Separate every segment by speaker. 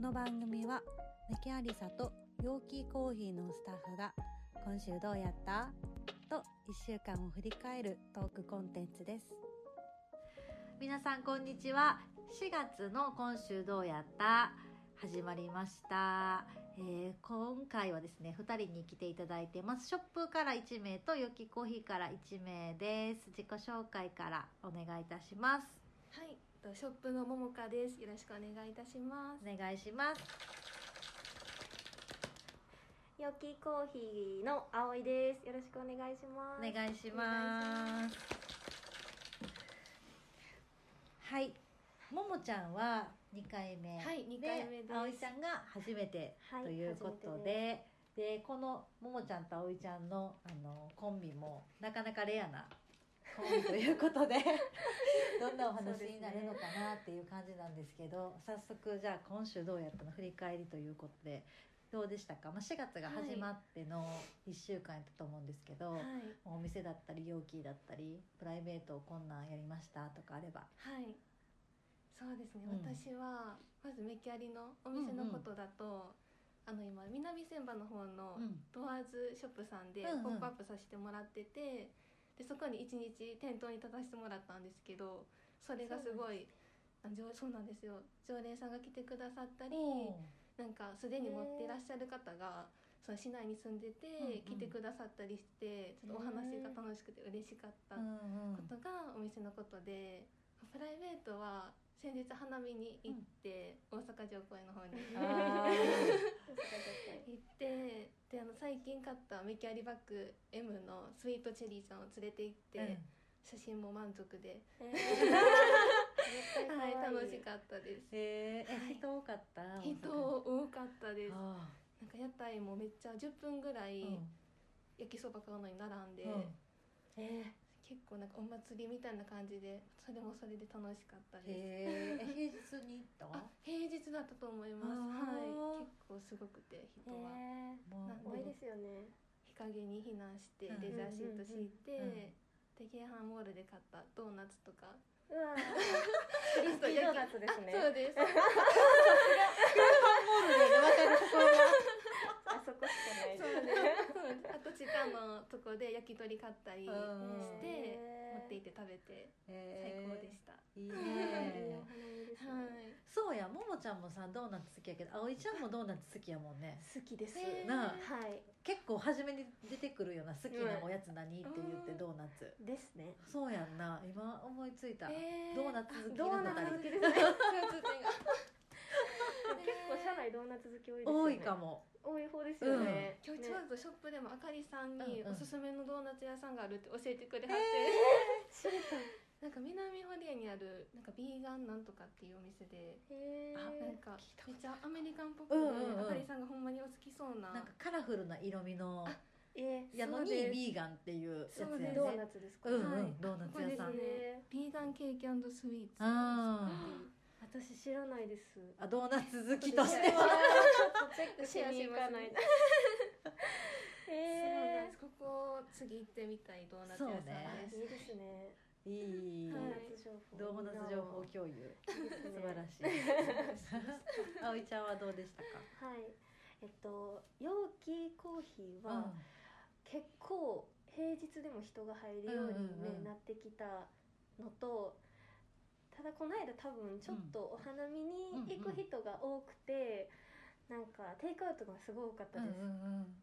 Speaker 1: の番組はメキアリサと陽気コーヒーのスタッフが今週どうやったと1週間を振り返るトークコンテンツです皆さんこんにちは4月の今週どうやった始まりました、えー今回はですね2人に来ていただいてますショップから1名とよきコーヒーから1名です自己紹介からお願いいたします
Speaker 2: はい、とショップのももかです。よろしくお願いいたします。
Speaker 1: お願いします
Speaker 2: よきコーヒーのあおいです。よろしくお願いしま
Speaker 1: お
Speaker 2: す。
Speaker 1: 願いしますはいももちゃんは2回目
Speaker 2: はい二回目です
Speaker 1: 葵ちゃんが初めて
Speaker 2: はい
Speaker 1: ということ
Speaker 2: 初め
Speaker 1: で、でこのももちゃんと葵ちゃんのあのコンビもなかなかレアなコンビということ でどんなお
Speaker 2: そうで
Speaker 1: 話
Speaker 2: すね
Speaker 1: になるのかなっていう感じなんですけど早速じゃあ今週どうやったの振り返りということでどうでしたか、まあ、4月が始まっての1週間やったと思うんですけど、
Speaker 2: はい、
Speaker 1: お店だったり容器だったりプライベートをこんなんやりましたとかあれば
Speaker 2: はい。そうですね。
Speaker 1: うん
Speaker 2: 私はまずメキアリのお店のことだと、あの今南千葉の方の
Speaker 1: うん
Speaker 2: ドアーズショップさんで
Speaker 1: うんうん
Speaker 2: ポップアップさせてもらってて、でそこに一日店頭に立たせてもらったんですけど、それがすごい。あ常そうなんですよ常連さんが来てくださったりなんかすでに持っていらっしゃる方がその市内に住んで
Speaker 1: うんうん
Speaker 2: て来てくださったりしてちょっとお話が楽しくて嬉しかった
Speaker 1: う
Speaker 2: こ
Speaker 1: んうん
Speaker 2: とがお店のことでプライベートは先日花見に行って大阪城公園の 方に
Speaker 1: あ
Speaker 2: 行ってであの最近買ったメキアリバッグ M のスイートチェリーちゃんを連れて行っ
Speaker 1: ー
Speaker 2: て写真も満足で、
Speaker 3: 可
Speaker 2: は
Speaker 3: 愛い
Speaker 2: い、楽しかったです
Speaker 1: えー
Speaker 2: は
Speaker 1: え
Speaker 2: い
Speaker 1: 人多かった
Speaker 2: 人多かったですな
Speaker 1: あ
Speaker 2: んか屋台もめっちゃ10分ぐら
Speaker 1: ー
Speaker 2: い
Speaker 1: うん
Speaker 2: 焼きそば買うのに並んで、
Speaker 1: うん
Speaker 3: え
Speaker 2: 結構なんかお祭りみたいな感じでそれもそれで楽しかったで
Speaker 1: へーえ
Speaker 2: す
Speaker 1: 平日に行った
Speaker 2: あ平日だったと思います
Speaker 1: あー
Speaker 2: はい結構すごくて
Speaker 3: ー、
Speaker 2: 人は
Speaker 1: も
Speaker 2: なん
Speaker 3: 多いですすよね。
Speaker 2: 日陰に避難して
Speaker 1: うん
Speaker 2: レジャーシート敷いて、
Speaker 1: うんうんうん
Speaker 2: で京阪モールで買ったドーナツとか
Speaker 3: うわー、 クリスピードーナツですね。
Speaker 2: そ うです
Speaker 1: ホールでねわかるところが
Speaker 3: あそこしかないです。
Speaker 2: そうねあと地下のとこで焼き鳥買ったりし
Speaker 1: うん
Speaker 2: て
Speaker 3: へー
Speaker 2: 持って行って食べて最
Speaker 1: えー
Speaker 2: 高でした、
Speaker 1: いい
Speaker 3: い いお
Speaker 1: ね
Speaker 3: 花見ですね。
Speaker 2: はい
Speaker 1: そうやももちゃんもさドーナツ好きやけど葵ちゃんもドーナツ好きやもんね
Speaker 3: 好きです。
Speaker 2: へー
Speaker 1: なあ
Speaker 3: はい、
Speaker 1: 結構初めに出てくるような好きなおやつ何、って言ってドーナツ
Speaker 3: ですね。
Speaker 1: そうやんな今思いついた、
Speaker 2: えー
Speaker 1: ドーナツ好き
Speaker 3: ド
Speaker 1: の
Speaker 3: ー
Speaker 1: 二
Speaker 3: ナツ好
Speaker 1: 人
Speaker 3: きですね。結 構社
Speaker 2: 社
Speaker 3: 内ドーナツ好き多いですよ
Speaker 1: 多
Speaker 3: ね。
Speaker 1: いか。も
Speaker 3: 多い方ですよね。
Speaker 2: 今日ちょうどショップでもあかりさんに
Speaker 1: うんうん
Speaker 2: おすすめのドーナツ屋さんがあるって教えてくれはって、
Speaker 3: 知りたい。
Speaker 2: なんか南堀江にあるなんかビーガンなんとかっていうお店で、
Speaker 3: へ
Speaker 1: あ
Speaker 2: なん
Speaker 3: ー
Speaker 2: か
Speaker 1: 聞いたこと
Speaker 2: めっちゃアメリカンっぽくて、
Speaker 1: うんうんうん
Speaker 2: あかりさんがほんまにお好きそうな
Speaker 1: なんかカラフルな色味の
Speaker 3: えー、
Speaker 1: やのに
Speaker 2: そうです
Speaker 1: ビーガンっていうやつや
Speaker 2: そう
Speaker 1: ね
Speaker 2: です
Speaker 3: ドーナツですか。
Speaker 1: うんうん、
Speaker 2: はい
Speaker 1: ドーナツ屋さん
Speaker 2: ここです
Speaker 3: え
Speaker 2: ねビーガンケーキスイーツ
Speaker 1: あ
Speaker 3: ー私知らないです。
Speaker 1: あドーナツ好きとして
Speaker 3: は
Speaker 1: は
Speaker 3: ちょっとチェックしに行かな いと。
Speaker 2: そうなん
Speaker 3: え
Speaker 2: ですここ次行ってみたいドーナツ屋さん
Speaker 3: ー、
Speaker 2: で
Speaker 3: い
Speaker 2: す、
Speaker 3: いですね。
Speaker 1: いい
Speaker 3: ド
Speaker 2: は
Speaker 3: ーナ
Speaker 2: い
Speaker 3: ツ情
Speaker 1: ド
Speaker 3: 報。
Speaker 1: ーナツ情報共有
Speaker 3: いいですね
Speaker 1: 素晴らしい葵ちゃんはどうでしたか
Speaker 3: はい。えっと、陽気コーヒーは結構平日でも人が入るようにね、
Speaker 1: うんうんうん
Speaker 3: なってきたのと。ただこの間多分ちょっとお花見に行く人が多くて、なんかテイクアウトがすごい多かっ
Speaker 1: う
Speaker 3: た
Speaker 1: んう
Speaker 3: で
Speaker 1: ん
Speaker 3: す、
Speaker 1: うん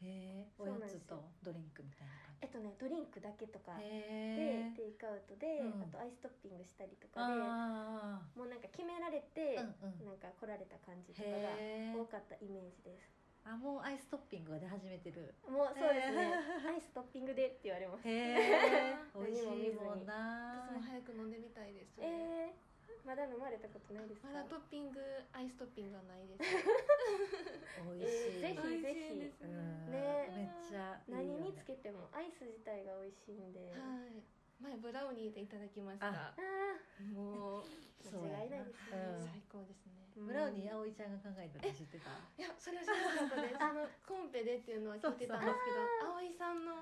Speaker 1: へえ
Speaker 3: そ
Speaker 1: お
Speaker 3: うな
Speaker 1: や
Speaker 3: んですよ
Speaker 1: つとドリンクみたいな感
Speaker 3: えっとねドリンクだけとか
Speaker 1: じ
Speaker 3: で
Speaker 1: へえ
Speaker 3: テイクアウトで、
Speaker 1: うん
Speaker 3: あとアイストッピングしたりとかで
Speaker 1: あ
Speaker 3: もうなんか決められて、
Speaker 1: あうんうん
Speaker 3: なんか来られた感じとかが
Speaker 1: へ
Speaker 3: 多
Speaker 1: ー
Speaker 3: かったイメージです
Speaker 1: あもうアイストッピングが出始めてる
Speaker 3: もうそうで すね、
Speaker 1: へー
Speaker 3: アイストッピングでって言わ れます
Speaker 1: へえ
Speaker 3: 何も
Speaker 1: 美味
Speaker 3: 見ず
Speaker 1: し
Speaker 3: に
Speaker 1: いもんな
Speaker 2: 私も早く飲んでみたいです、それ
Speaker 3: えー、まだ飲まれたことないですか
Speaker 2: まだトッピングアイストッピングはないです
Speaker 1: 美
Speaker 3: え
Speaker 1: 味しい、
Speaker 3: ー、ぜひぜ
Speaker 2: 美味しいで
Speaker 3: ひ
Speaker 2: す
Speaker 1: うん
Speaker 3: ね
Speaker 1: めっちゃいいよね
Speaker 3: 何につけてもアイス自体が美味しいんで、あ
Speaker 2: はい前ブラウニーでいただきました
Speaker 3: あ
Speaker 2: もう
Speaker 1: そうや
Speaker 3: 間違いないです
Speaker 1: う
Speaker 3: ね
Speaker 1: ん
Speaker 2: 最高ですね
Speaker 1: ブラウニー葵ちゃんが考えたの知ってた
Speaker 2: いやそれは知らなかったですあのコンペでっていうのは聞いてたんですけど葵さんの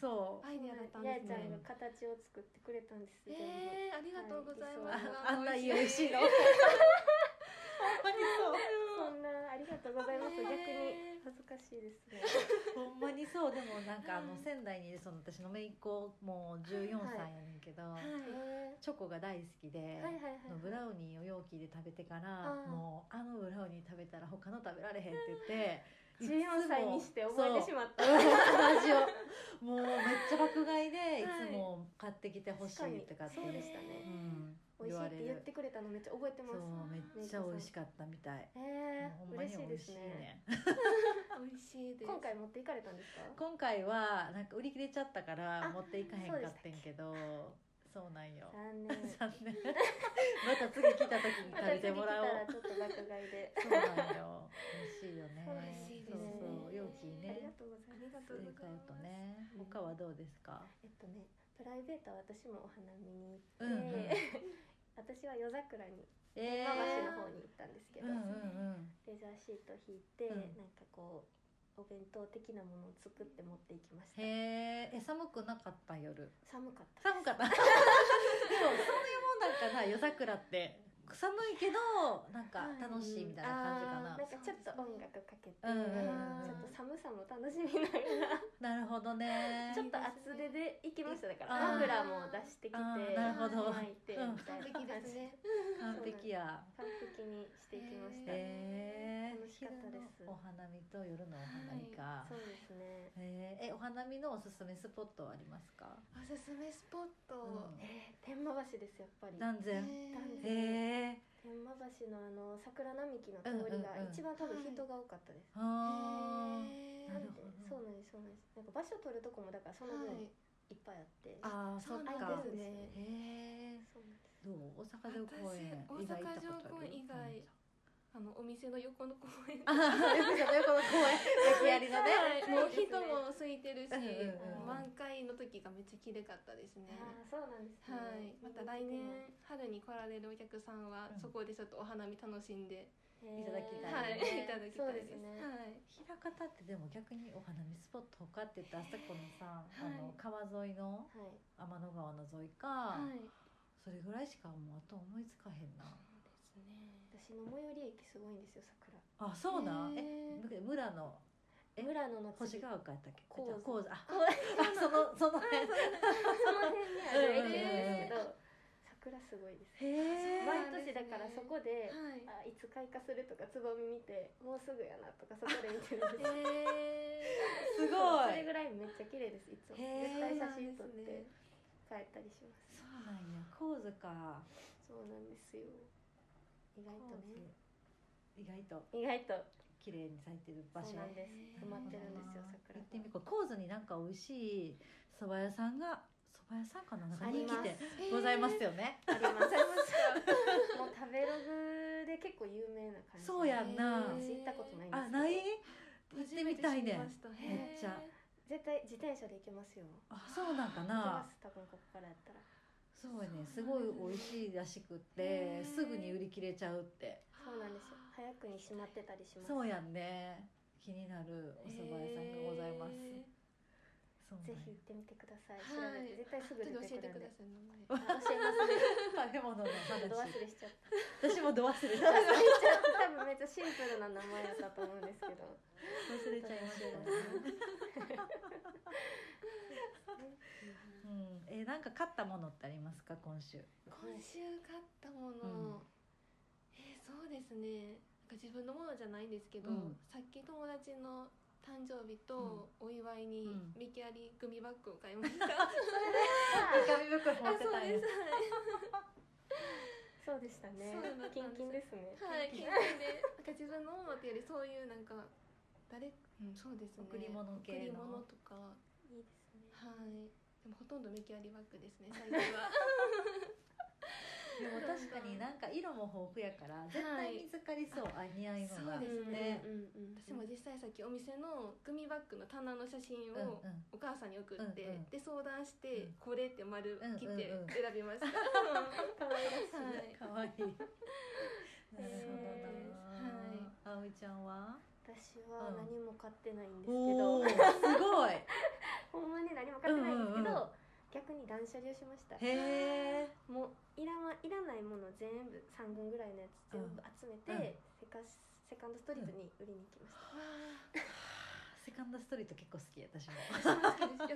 Speaker 1: そう
Speaker 2: アイデアだったん
Speaker 3: や
Speaker 2: で
Speaker 3: や
Speaker 2: す
Speaker 3: ちゃん
Speaker 2: ね
Speaker 3: が形を作ってくれたんですよ、
Speaker 2: えー、ありがとうございます、
Speaker 3: はい
Speaker 1: ああんなに美味しいのままに
Speaker 3: そんなありがとうございます。
Speaker 4: ね
Speaker 3: 逆
Speaker 4: え
Speaker 3: に恥ずかしいですね。
Speaker 1: そうほんまにそうでもなんかあの
Speaker 2: うん
Speaker 1: 仙台にいるその私の姪っ子もう14歳やねんけど、
Speaker 3: へ
Speaker 1: チョコが大好きで、
Speaker 3: えはいはいはい
Speaker 1: のブラウニーを容器で食べてから
Speaker 3: あー
Speaker 1: もうあのブラウニー食べたら他の食べられへんって言 って
Speaker 3: 14歳にして覚えてし
Speaker 1: ま
Speaker 3: まった。
Speaker 1: 味をもうめっちゃ爆買いでいつも買ってきてほし
Speaker 3: 確か
Speaker 1: い
Speaker 3: に
Speaker 1: とかって
Speaker 3: そうでしたね。
Speaker 1: うん
Speaker 3: 美味
Speaker 1: 言
Speaker 3: しい
Speaker 1: わ
Speaker 3: っ
Speaker 1: れ
Speaker 3: て言っ
Speaker 1: る
Speaker 3: てくれたのめっちゃ覚えてま
Speaker 1: そ
Speaker 3: す。
Speaker 1: うめっちゃ美味しかったみたい
Speaker 3: え
Speaker 1: もう
Speaker 3: え
Speaker 1: ほんまに
Speaker 3: 嬉しい
Speaker 1: 美
Speaker 3: で
Speaker 1: 味し
Speaker 3: す
Speaker 1: い
Speaker 3: ね。
Speaker 1: ね
Speaker 2: 美味しいです
Speaker 3: 今回持って行かれたんですか？
Speaker 1: 今回はなんか売り切れちゃったから
Speaker 3: あ
Speaker 1: 持っていかへんかってんけどそうなんよ
Speaker 3: 残念。
Speaker 1: 残念 また次来た時に
Speaker 3: ま
Speaker 1: 食
Speaker 3: た
Speaker 1: べて
Speaker 3: 次来た
Speaker 1: もらおう。
Speaker 3: らちょっと爆買いで
Speaker 1: そうなんよ。美味しいよね。
Speaker 3: そう
Speaker 2: 美味しいですね
Speaker 1: そうそう、容器
Speaker 3: ありが
Speaker 1: ね。
Speaker 3: とうござい
Speaker 2: ありが
Speaker 3: ま
Speaker 2: と
Speaker 3: す
Speaker 2: う。
Speaker 1: 正解とね。他はどうですか。
Speaker 3: えっとね、プライベートは私もお花見に行
Speaker 1: う
Speaker 3: っ
Speaker 1: んうん
Speaker 3: て、私は夜桜に
Speaker 1: え
Speaker 3: 馬橋
Speaker 1: ー
Speaker 3: の方に行ったんですけ
Speaker 1: うん
Speaker 3: ど、
Speaker 1: うんうん。
Speaker 3: レジャーシート引いて、
Speaker 1: うん
Speaker 3: なんかこうお弁当的なものを作って持っていきました
Speaker 1: へえ、え寒くなかった夜。
Speaker 3: 寒かった
Speaker 1: 寒か った。でもそういうもんなんかな夜桜って寒いけどなんか楽しいみたいな感じか
Speaker 3: な
Speaker 1: な。
Speaker 3: んかちょっと音楽かけて、
Speaker 1: うんうん
Speaker 2: うん
Speaker 3: ちょっと寒さも楽しみな がら、
Speaker 1: なるほどね
Speaker 3: ち。ょっと厚手で行きましただから
Speaker 1: あー
Speaker 3: マフラーも出してきて
Speaker 1: あーな
Speaker 2: るほど
Speaker 3: 巻いて
Speaker 1: うん
Speaker 3: みたい
Speaker 2: 完
Speaker 3: な
Speaker 2: 璧
Speaker 3: 感
Speaker 2: で
Speaker 3: じ
Speaker 2: すね
Speaker 1: 完璧や。
Speaker 3: 完璧にしていきました、
Speaker 1: えー、
Speaker 3: 楽しかったです
Speaker 1: 昼のお花見と夜のお花見か。
Speaker 3: そうですね
Speaker 1: えーえお花見のおすすめスポットはありますか？
Speaker 2: おすすめスポット、
Speaker 1: うん
Speaker 3: えー、天満橋ですやっぱり
Speaker 1: 断然。
Speaker 3: 断
Speaker 1: え
Speaker 3: 然
Speaker 2: え
Speaker 1: ー、
Speaker 3: 天満橋のあの桜並木の通りが
Speaker 1: うんうんうん
Speaker 3: 一番多分人が多かったです、
Speaker 1: あー
Speaker 2: ー
Speaker 1: なるほど
Speaker 3: そうなんですそうなんですなんか場所取るとこもだからその
Speaker 2: は
Speaker 3: 分
Speaker 2: い
Speaker 3: いっぱいあって、
Speaker 1: あーそっ
Speaker 2: そう
Speaker 3: 空い
Speaker 1: か
Speaker 3: て。るんですよ
Speaker 2: ね
Speaker 1: へえ
Speaker 3: そうなんです
Speaker 1: ー、どう大阪城公園
Speaker 2: 私
Speaker 1: 以外行ったことある？
Speaker 2: 大阪城公園以外
Speaker 1: うん
Speaker 2: あのお店の横の公園
Speaker 1: あーよくじゃないこの公園駅やりのね。
Speaker 2: はいもう
Speaker 3: そうですね
Speaker 2: 人も空いてる
Speaker 1: う
Speaker 2: し、
Speaker 1: んうん
Speaker 3: うん
Speaker 2: 満開の時がめっちゃ綺麗かったですね。
Speaker 3: ああそうなんですね、
Speaker 2: はい、また来年春に来られるお客さんは
Speaker 1: うん
Speaker 2: そこでちょっとお花見楽しんで、
Speaker 3: へー
Speaker 1: いただきた
Speaker 2: は
Speaker 1: ね
Speaker 2: い、 いただきたいです。
Speaker 3: そうですね
Speaker 2: はい、
Speaker 1: 平方ってでも逆にお花見スポット他って言ったらあそこのさ、
Speaker 2: はい
Speaker 1: あの川沿いの
Speaker 3: はい
Speaker 1: 天の川の沿いか、
Speaker 2: はい、
Speaker 1: それぐらいしかもうあと思いつかへんな。
Speaker 2: です
Speaker 3: 私
Speaker 2: ね。
Speaker 3: の最寄り駅すごいんですよ桜
Speaker 1: あそうなん。
Speaker 2: へ
Speaker 1: え
Speaker 2: ー
Speaker 1: 村のえ
Speaker 3: 村野の
Speaker 1: 星
Speaker 3: 次
Speaker 1: ヶ丘やったっけ
Speaker 3: 高
Speaker 1: じ
Speaker 3: 座
Speaker 1: ゃあ高座あ
Speaker 3: こう
Speaker 1: あそのその辺
Speaker 3: その辺にある駅なんですけ
Speaker 1: う
Speaker 3: ど桜すごいです
Speaker 1: へえ
Speaker 3: 毎年だからそこで
Speaker 2: はい。
Speaker 3: あいつ開花するとかつぼみ見てもうすぐやなとかそこで見てるんですよ
Speaker 1: すご
Speaker 3: それ
Speaker 1: い
Speaker 3: ぐらいめっちゃ綺麗ですいつも
Speaker 1: へー
Speaker 3: 絶対写真撮っ
Speaker 2: そうなん
Speaker 3: て帰っ
Speaker 2: ですね
Speaker 3: たりします
Speaker 1: そうなんや高座か
Speaker 3: そうなんですよ意外とね
Speaker 1: 意外と
Speaker 3: 意外と
Speaker 1: 綺麗に咲いてる場所
Speaker 3: そうなんです
Speaker 2: へー
Speaker 3: 埋まってるんですよ桜
Speaker 1: 行ってみこう高座になんか美味しい蕎麦屋さんが蕎麦屋さんかななんか
Speaker 3: あり
Speaker 1: 人
Speaker 3: ます
Speaker 1: 気店ございますよね
Speaker 3: ありますもう食べログで結構有名な感じ
Speaker 1: そうやんな
Speaker 2: へー
Speaker 3: 私行ったことないんですけど
Speaker 1: あない行っ
Speaker 2: 行
Speaker 1: てみたいねめ
Speaker 2: め
Speaker 1: っちゃ
Speaker 3: 絶対自転車で行けますよ
Speaker 1: あそうなんか
Speaker 3: 行け
Speaker 1: な
Speaker 3: ます多分ここからやったら
Speaker 1: そうやねすごい美味しいらしくって
Speaker 2: へー
Speaker 1: すぐに売り切れちゃうって
Speaker 3: そうなんですよ早くに閉まってたりします
Speaker 1: そうやんね気になるお蕎麦屋さんがございますそうなん
Speaker 3: ぜ
Speaker 1: や
Speaker 3: ひ行ってみてください調
Speaker 2: はい
Speaker 3: べて絶対すぐ
Speaker 2: ちょっと
Speaker 3: 出て
Speaker 2: 教えて
Speaker 3: くるん
Speaker 2: くだ
Speaker 3: であ教えますね
Speaker 2: さい名前。
Speaker 1: 食べ物の
Speaker 3: ど忘
Speaker 1: 話
Speaker 3: れしちゃった
Speaker 1: 私もど忘 れちゃう
Speaker 3: 忘れちゃった多分めっちゃシンプルな名前だったと思うんですけど
Speaker 1: 忘れちゃいましたねうんえなんか買ったものってありますか今週
Speaker 2: 今週買ったも
Speaker 1: う
Speaker 2: の、
Speaker 1: ん
Speaker 2: えーそうですねなんか自分のものじゃないんですけど、
Speaker 1: うん
Speaker 2: さっき友達の誕生日とお祝いに
Speaker 1: うん
Speaker 2: ミキアリグミバッグを買いました、 あ
Speaker 1: 紙袋持って
Speaker 2: そう
Speaker 1: たん
Speaker 2: で
Speaker 1: や
Speaker 2: す
Speaker 3: そうでしたね
Speaker 2: そうだったんです
Speaker 3: キンキンですね
Speaker 2: はいはい近辺でなんか自分のものっていうよりそういうなんか誰、うん、そうですね
Speaker 1: 贈り物系の
Speaker 2: 贈り物とかはい
Speaker 3: いですね
Speaker 2: いでもほとんどミキアリバッグですね最近は
Speaker 1: でも確かになんか色も豊富やから絶対見つかりそう、あ似合いのが
Speaker 2: そうです
Speaker 1: ね
Speaker 3: うんうんうん
Speaker 2: 私も実際さっきお店のグミバッグの棚の写真を、
Speaker 1: うんうん
Speaker 2: お母さんに送って、
Speaker 1: うんうん
Speaker 2: で相談して、
Speaker 1: うん
Speaker 2: これって丸切って
Speaker 1: うんうんうん
Speaker 2: 選びました、
Speaker 3: 可愛らしい
Speaker 2: はい
Speaker 1: かわいいなるほどな、あおいちゃんは
Speaker 3: 私は何も買ってないんですけ
Speaker 1: お
Speaker 3: ど
Speaker 1: おーすごい
Speaker 3: ほんまに何も買ってないんですけど、
Speaker 1: うんうんうん
Speaker 3: 逆に断捨離をしました
Speaker 1: へえ
Speaker 3: もういらまいらないもの全部3軍ぐらいのやつ全部集めて、
Speaker 1: うんうん
Speaker 3: セカセカンドストリートに売りに行きました、
Speaker 1: セカンドストリート結構好き 私も
Speaker 2: よ
Speaker 3: あ
Speaker 2: く
Speaker 3: 本当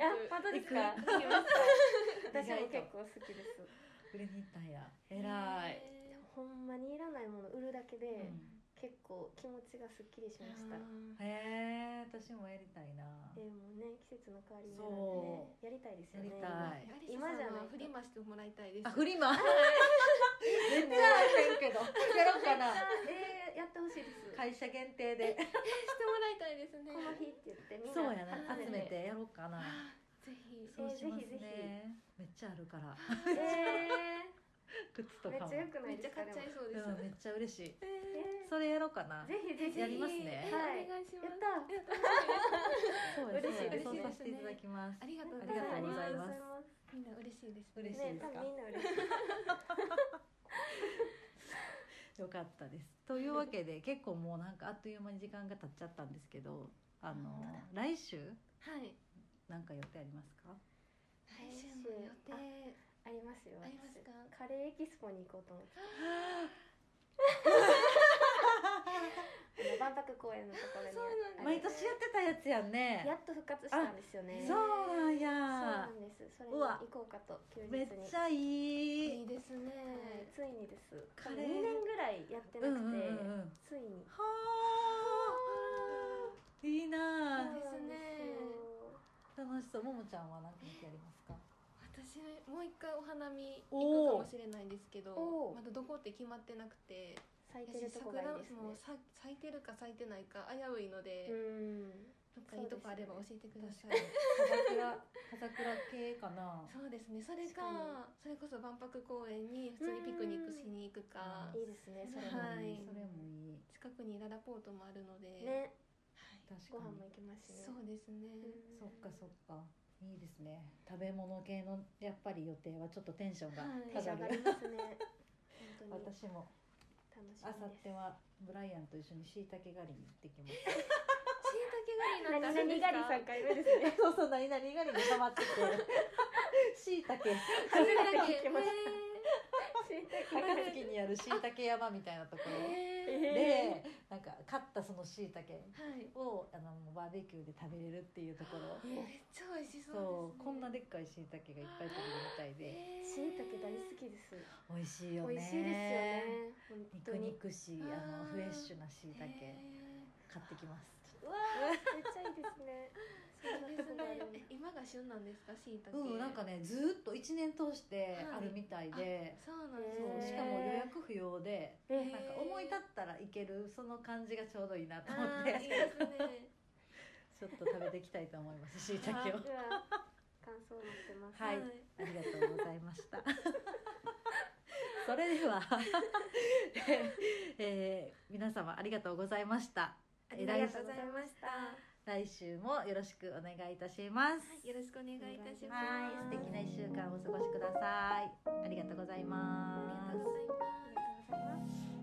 Speaker 3: ですか
Speaker 2: 行きます
Speaker 3: 私も結構好きです
Speaker 1: 売りに行ったんや偉い、
Speaker 3: でもほんまにいらないもの売るだけ
Speaker 1: う
Speaker 3: で、
Speaker 1: ん
Speaker 3: 結構気持ちがすっきりしました、
Speaker 1: へえ私もやりたいな
Speaker 3: でもね季節の変わり目なん
Speaker 1: そ
Speaker 3: でねやりたいです
Speaker 1: や
Speaker 3: よ
Speaker 1: り
Speaker 3: ね
Speaker 1: たい
Speaker 2: やはり
Speaker 3: 今じ
Speaker 2: 今じ
Speaker 3: ゃ
Speaker 2: ゃ
Speaker 3: ないと
Speaker 2: ないフリマしてもらいたいです
Speaker 1: あフリマ全然やってんけどやろうかな
Speaker 3: えーやってほしいです
Speaker 1: 会社限定で
Speaker 2: してもらいたいですね
Speaker 3: この日って言ってみん
Speaker 1: そう
Speaker 3: な
Speaker 1: やな集
Speaker 3: 集
Speaker 1: め
Speaker 3: め
Speaker 1: て
Speaker 3: て
Speaker 1: やろうかな
Speaker 2: ぜひ
Speaker 1: そうしますね、
Speaker 3: えーぜひぜ
Speaker 1: めっちゃあるから
Speaker 3: え
Speaker 1: 靴と
Speaker 3: ー、めっ
Speaker 1: かも
Speaker 3: ちゃ良くな
Speaker 2: め
Speaker 3: いで
Speaker 2: っちゃ
Speaker 3: すか
Speaker 2: 買っちゃいそうです
Speaker 1: うんめっちゃ嬉しい
Speaker 3: えー
Speaker 1: それやろうかな
Speaker 3: ぜひぜひ
Speaker 1: やりますね
Speaker 2: はいお願いし
Speaker 3: や
Speaker 2: ま
Speaker 3: っ
Speaker 2: す
Speaker 3: た
Speaker 1: そうです
Speaker 3: 嬉しい
Speaker 1: ね
Speaker 3: 嬉しい
Speaker 1: そうさせていただきます
Speaker 2: ありがとう
Speaker 1: あ
Speaker 2: ご
Speaker 1: り
Speaker 2: ざ
Speaker 1: がと
Speaker 2: い
Speaker 1: うご
Speaker 2: ま
Speaker 1: ざい
Speaker 2: す
Speaker 1: ます
Speaker 2: みんな嬉しいです
Speaker 1: 嬉しい
Speaker 3: ね
Speaker 1: で、す
Speaker 3: 多
Speaker 1: か
Speaker 3: 分みんな嬉しい。
Speaker 1: よかったですというわけで結構もうなんかあっという間に時間が経っちゃったんですけどあの
Speaker 2: 本当だ
Speaker 1: 来週
Speaker 2: はい
Speaker 1: なんか予定ありますか
Speaker 2: 来週の予定
Speaker 3: ありますよ。
Speaker 2: ありますか
Speaker 3: 私カレーエキスポに行こうと思って。あの万博公園のところに
Speaker 2: そう
Speaker 3: ある
Speaker 2: なんだ
Speaker 1: 毎年やってたやつやんね
Speaker 3: やっと復活したんですよね。
Speaker 1: そう
Speaker 3: そう
Speaker 1: なんや
Speaker 3: なんです。それ
Speaker 1: う
Speaker 3: に
Speaker 1: わ
Speaker 3: 行こうかと休日
Speaker 1: め
Speaker 3: に
Speaker 1: っ。ちゃいい
Speaker 2: いいですね
Speaker 3: はいついにです。
Speaker 1: カ
Speaker 3: カ
Speaker 1: レー
Speaker 3: レー二年ぐらいやってな
Speaker 1: うん
Speaker 3: く
Speaker 1: うんうんうん
Speaker 3: て、
Speaker 1: は
Speaker 3: つい
Speaker 1: あいい
Speaker 3: に。
Speaker 1: なあ
Speaker 2: うんですね
Speaker 1: 楽しそうももちゃんは何か見てありますか
Speaker 2: 私もう一回お花見行くかもしれないんですけ
Speaker 3: お
Speaker 2: ど
Speaker 3: ー
Speaker 2: まだどこって決まってなくて
Speaker 3: 咲いてると
Speaker 2: 私
Speaker 3: こが
Speaker 2: 桜
Speaker 3: いい
Speaker 2: も
Speaker 3: ですね。
Speaker 2: さ咲いてるか咲いてないか危ういので、
Speaker 3: うん。
Speaker 2: どっかいいとこあれば教えてください
Speaker 1: 風倉風倉系かな
Speaker 2: そうですねそれ
Speaker 3: 確
Speaker 2: かそれこそ万博公園に普通にピクニックしに行くか
Speaker 3: いいですね。それも。
Speaker 1: もい
Speaker 2: はい
Speaker 1: それもいい
Speaker 2: 近くにララポートもあるので、
Speaker 3: ね、
Speaker 2: はい、
Speaker 1: 確
Speaker 3: ご
Speaker 1: か
Speaker 3: 飯
Speaker 1: に
Speaker 3: も行きますしね。
Speaker 2: そうですね、
Speaker 3: う
Speaker 1: そっ
Speaker 3: ん
Speaker 1: かそっかいいですね食べ物系のやっぱり予定はちょっとテンションが
Speaker 2: はい
Speaker 3: テンショ
Speaker 1: 上が
Speaker 3: ン上が
Speaker 1: る、
Speaker 3: りますね。本当に
Speaker 1: 私も
Speaker 3: 楽しみです。
Speaker 1: あさってはブライアンと一緒にしいたけ狩りに行ってきます
Speaker 2: 椎茸
Speaker 3: 何
Speaker 2: 狩りな
Speaker 3: 々
Speaker 2: んてあ
Speaker 3: 狩り三回目
Speaker 2: るんですか
Speaker 3: です ね。
Speaker 1: そうそう何々狩りにハマっててしいたけ
Speaker 2: 初め
Speaker 3: 初め
Speaker 2: て
Speaker 3: て聞きまし
Speaker 1: 高槻にあるしいたけ山みたいなとこ
Speaker 2: え
Speaker 1: ろ
Speaker 2: ーえ
Speaker 3: えー
Speaker 1: でなんか買ったそのしいたけ
Speaker 2: ーはい
Speaker 1: をあのもうバーベキューで食べれるっていうところ
Speaker 2: めっちゃ美味しそうです、ね、
Speaker 1: そうこんなでっかいしいたけがいっぱい食べるみたいで
Speaker 2: えー
Speaker 3: しいたけ大好きです。
Speaker 1: 美味しいよね
Speaker 3: 美味しいですよね。本当
Speaker 1: 肉
Speaker 3: に。
Speaker 1: 肉しい
Speaker 2: あー
Speaker 1: あのフレッシュなしいたけ
Speaker 2: え
Speaker 1: 買ってきます
Speaker 3: うわあ、めっちゃいいですね。そんな
Speaker 2: ーそ
Speaker 3: とこ
Speaker 2: うです
Speaker 3: があ
Speaker 2: ね
Speaker 3: るんだ
Speaker 2: え今が旬なんですか椎茸
Speaker 1: うんなんかねずーっと1年通して
Speaker 2: はい
Speaker 1: あるみたいで、
Speaker 2: そうなんです
Speaker 1: そう
Speaker 3: へー
Speaker 1: しかも予約不要で
Speaker 3: え
Speaker 1: なんか思い立ったらいけるその感じが ちょうどいいなと思っ
Speaker 2: あーい
Speaker 1: て
Speaker 2: いですね
Speaker 1: ちょっと食べていきたいと思いますしいたけを
Speaker 3: うわあ、感想持ってます。
Speaker 1: はいありがとうございました それでは、えー皆様ありがとうございました
Speaker 2: あ
Speaker 1: え
Speaker 2: り
Speaker 1: ー
Speaker 2: が
Speaker 1: 来
Speaker 2: とうございました
Speaker 1: 来週もよろしくお願いいたします、
Speaker 2: よろしくお願いいたします
Speaker 1: はい、素敵な一週間をお過ごしください。ありがとうございます。
Speaker 2: ありがとうございます
Speaker 3: ありがとうございます。